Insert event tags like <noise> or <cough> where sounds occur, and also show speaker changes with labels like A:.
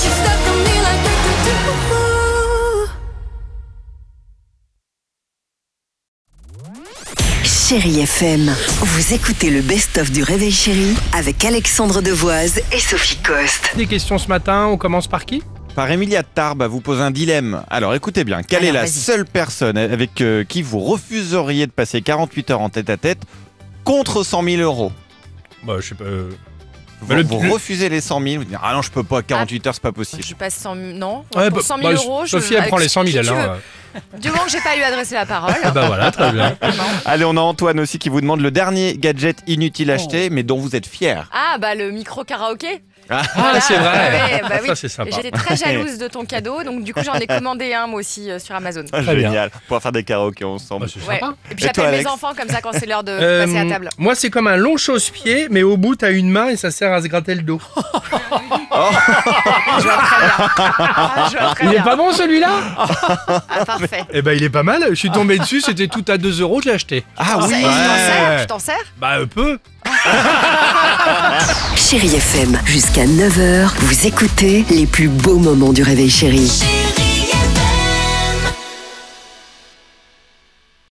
A: You're stuck on me like do-do-do.
B: Chérie FM, vous écoutez le best-of du Réveil Chérie avec Alexandre Devoise et Sophie Coste.
C: Des questions ce matin, on commence par qui
D: Par Emilia de Tarbes vous pose un dilemme. Alors écoutez bien, quelle est la seule personne avec euh, qui vous refuseriez de passer 48 heures en tête à tête contre 100 000 euros
C: Bah, je sais pas.
D: vous,
C: Bah, le-
D: vous
C: le-
D: refusez les 100 000, vous dites Ah non, je peux pas, 48 heures, c'est pas possible.
E: Je passe 100 000, non
C: Ouais,
E: Pour
C: bah,
E: 100 000
C: bah,
E: euros, je-
C: Sophie, elle
E: avec
C: prend les 100 000,
E: qui
C: elle.
E: tu
C: hein.
E: veux. Du moment que j'ai pas lui adressé la
C: <laughs>
E: parole.
C: Ah bah voilà,
E: <laughs>
C: très bien.
D: Allez, on a Antoine aussi qui vous demande le dernier gadget inutile acheté, mais dont vous êtes fier.
E: Ah bah le micro karaoké.
C: Ah, c'est vrai.
E: Ouais, bah oui.
C: Ça, c'est sympa.
E: J'étais
C: <laughs>
E: très jalouse de ton cadeau, donc du coup j'en ai commandé un moi aussi euh, sur Amazon.
D: Ah,
C: Très bien.
D: <laughs> Génial, pour faire des karaokés ensemble.
C: Bah, c'est
E: Ouais.
C: sympa.
E: Et
D: Et
E: puis
D: toi,
E: j'appelle mes
D: Alex
E: enfants comme ça quand c'est l'heure de
C: Euh,
E: passer à table.
C: moi, c'est comme un long chausse-pied, mais au bout, t'as une main et ça sert à se gratter le dos.
E: Oh Ah, je vois très
C: Il est
E: bien.
C: pas bon celui-là
E: Ah,
C: <laughs>
E: parfait.
C: Eh ben, il est pas mal. Je
E: <laughs>
C: suis tombé dessus, c'était tout à 2 euros, je l'ai acheté.
D: ah
E: Ça,
D: oui,
E: et tu t'en sers Tu t'en sers
C: Bah, un peu.
B: Chérie FM, jusqu'à 9h, vous écoutez les plus beaux moments du Réveil Chérie.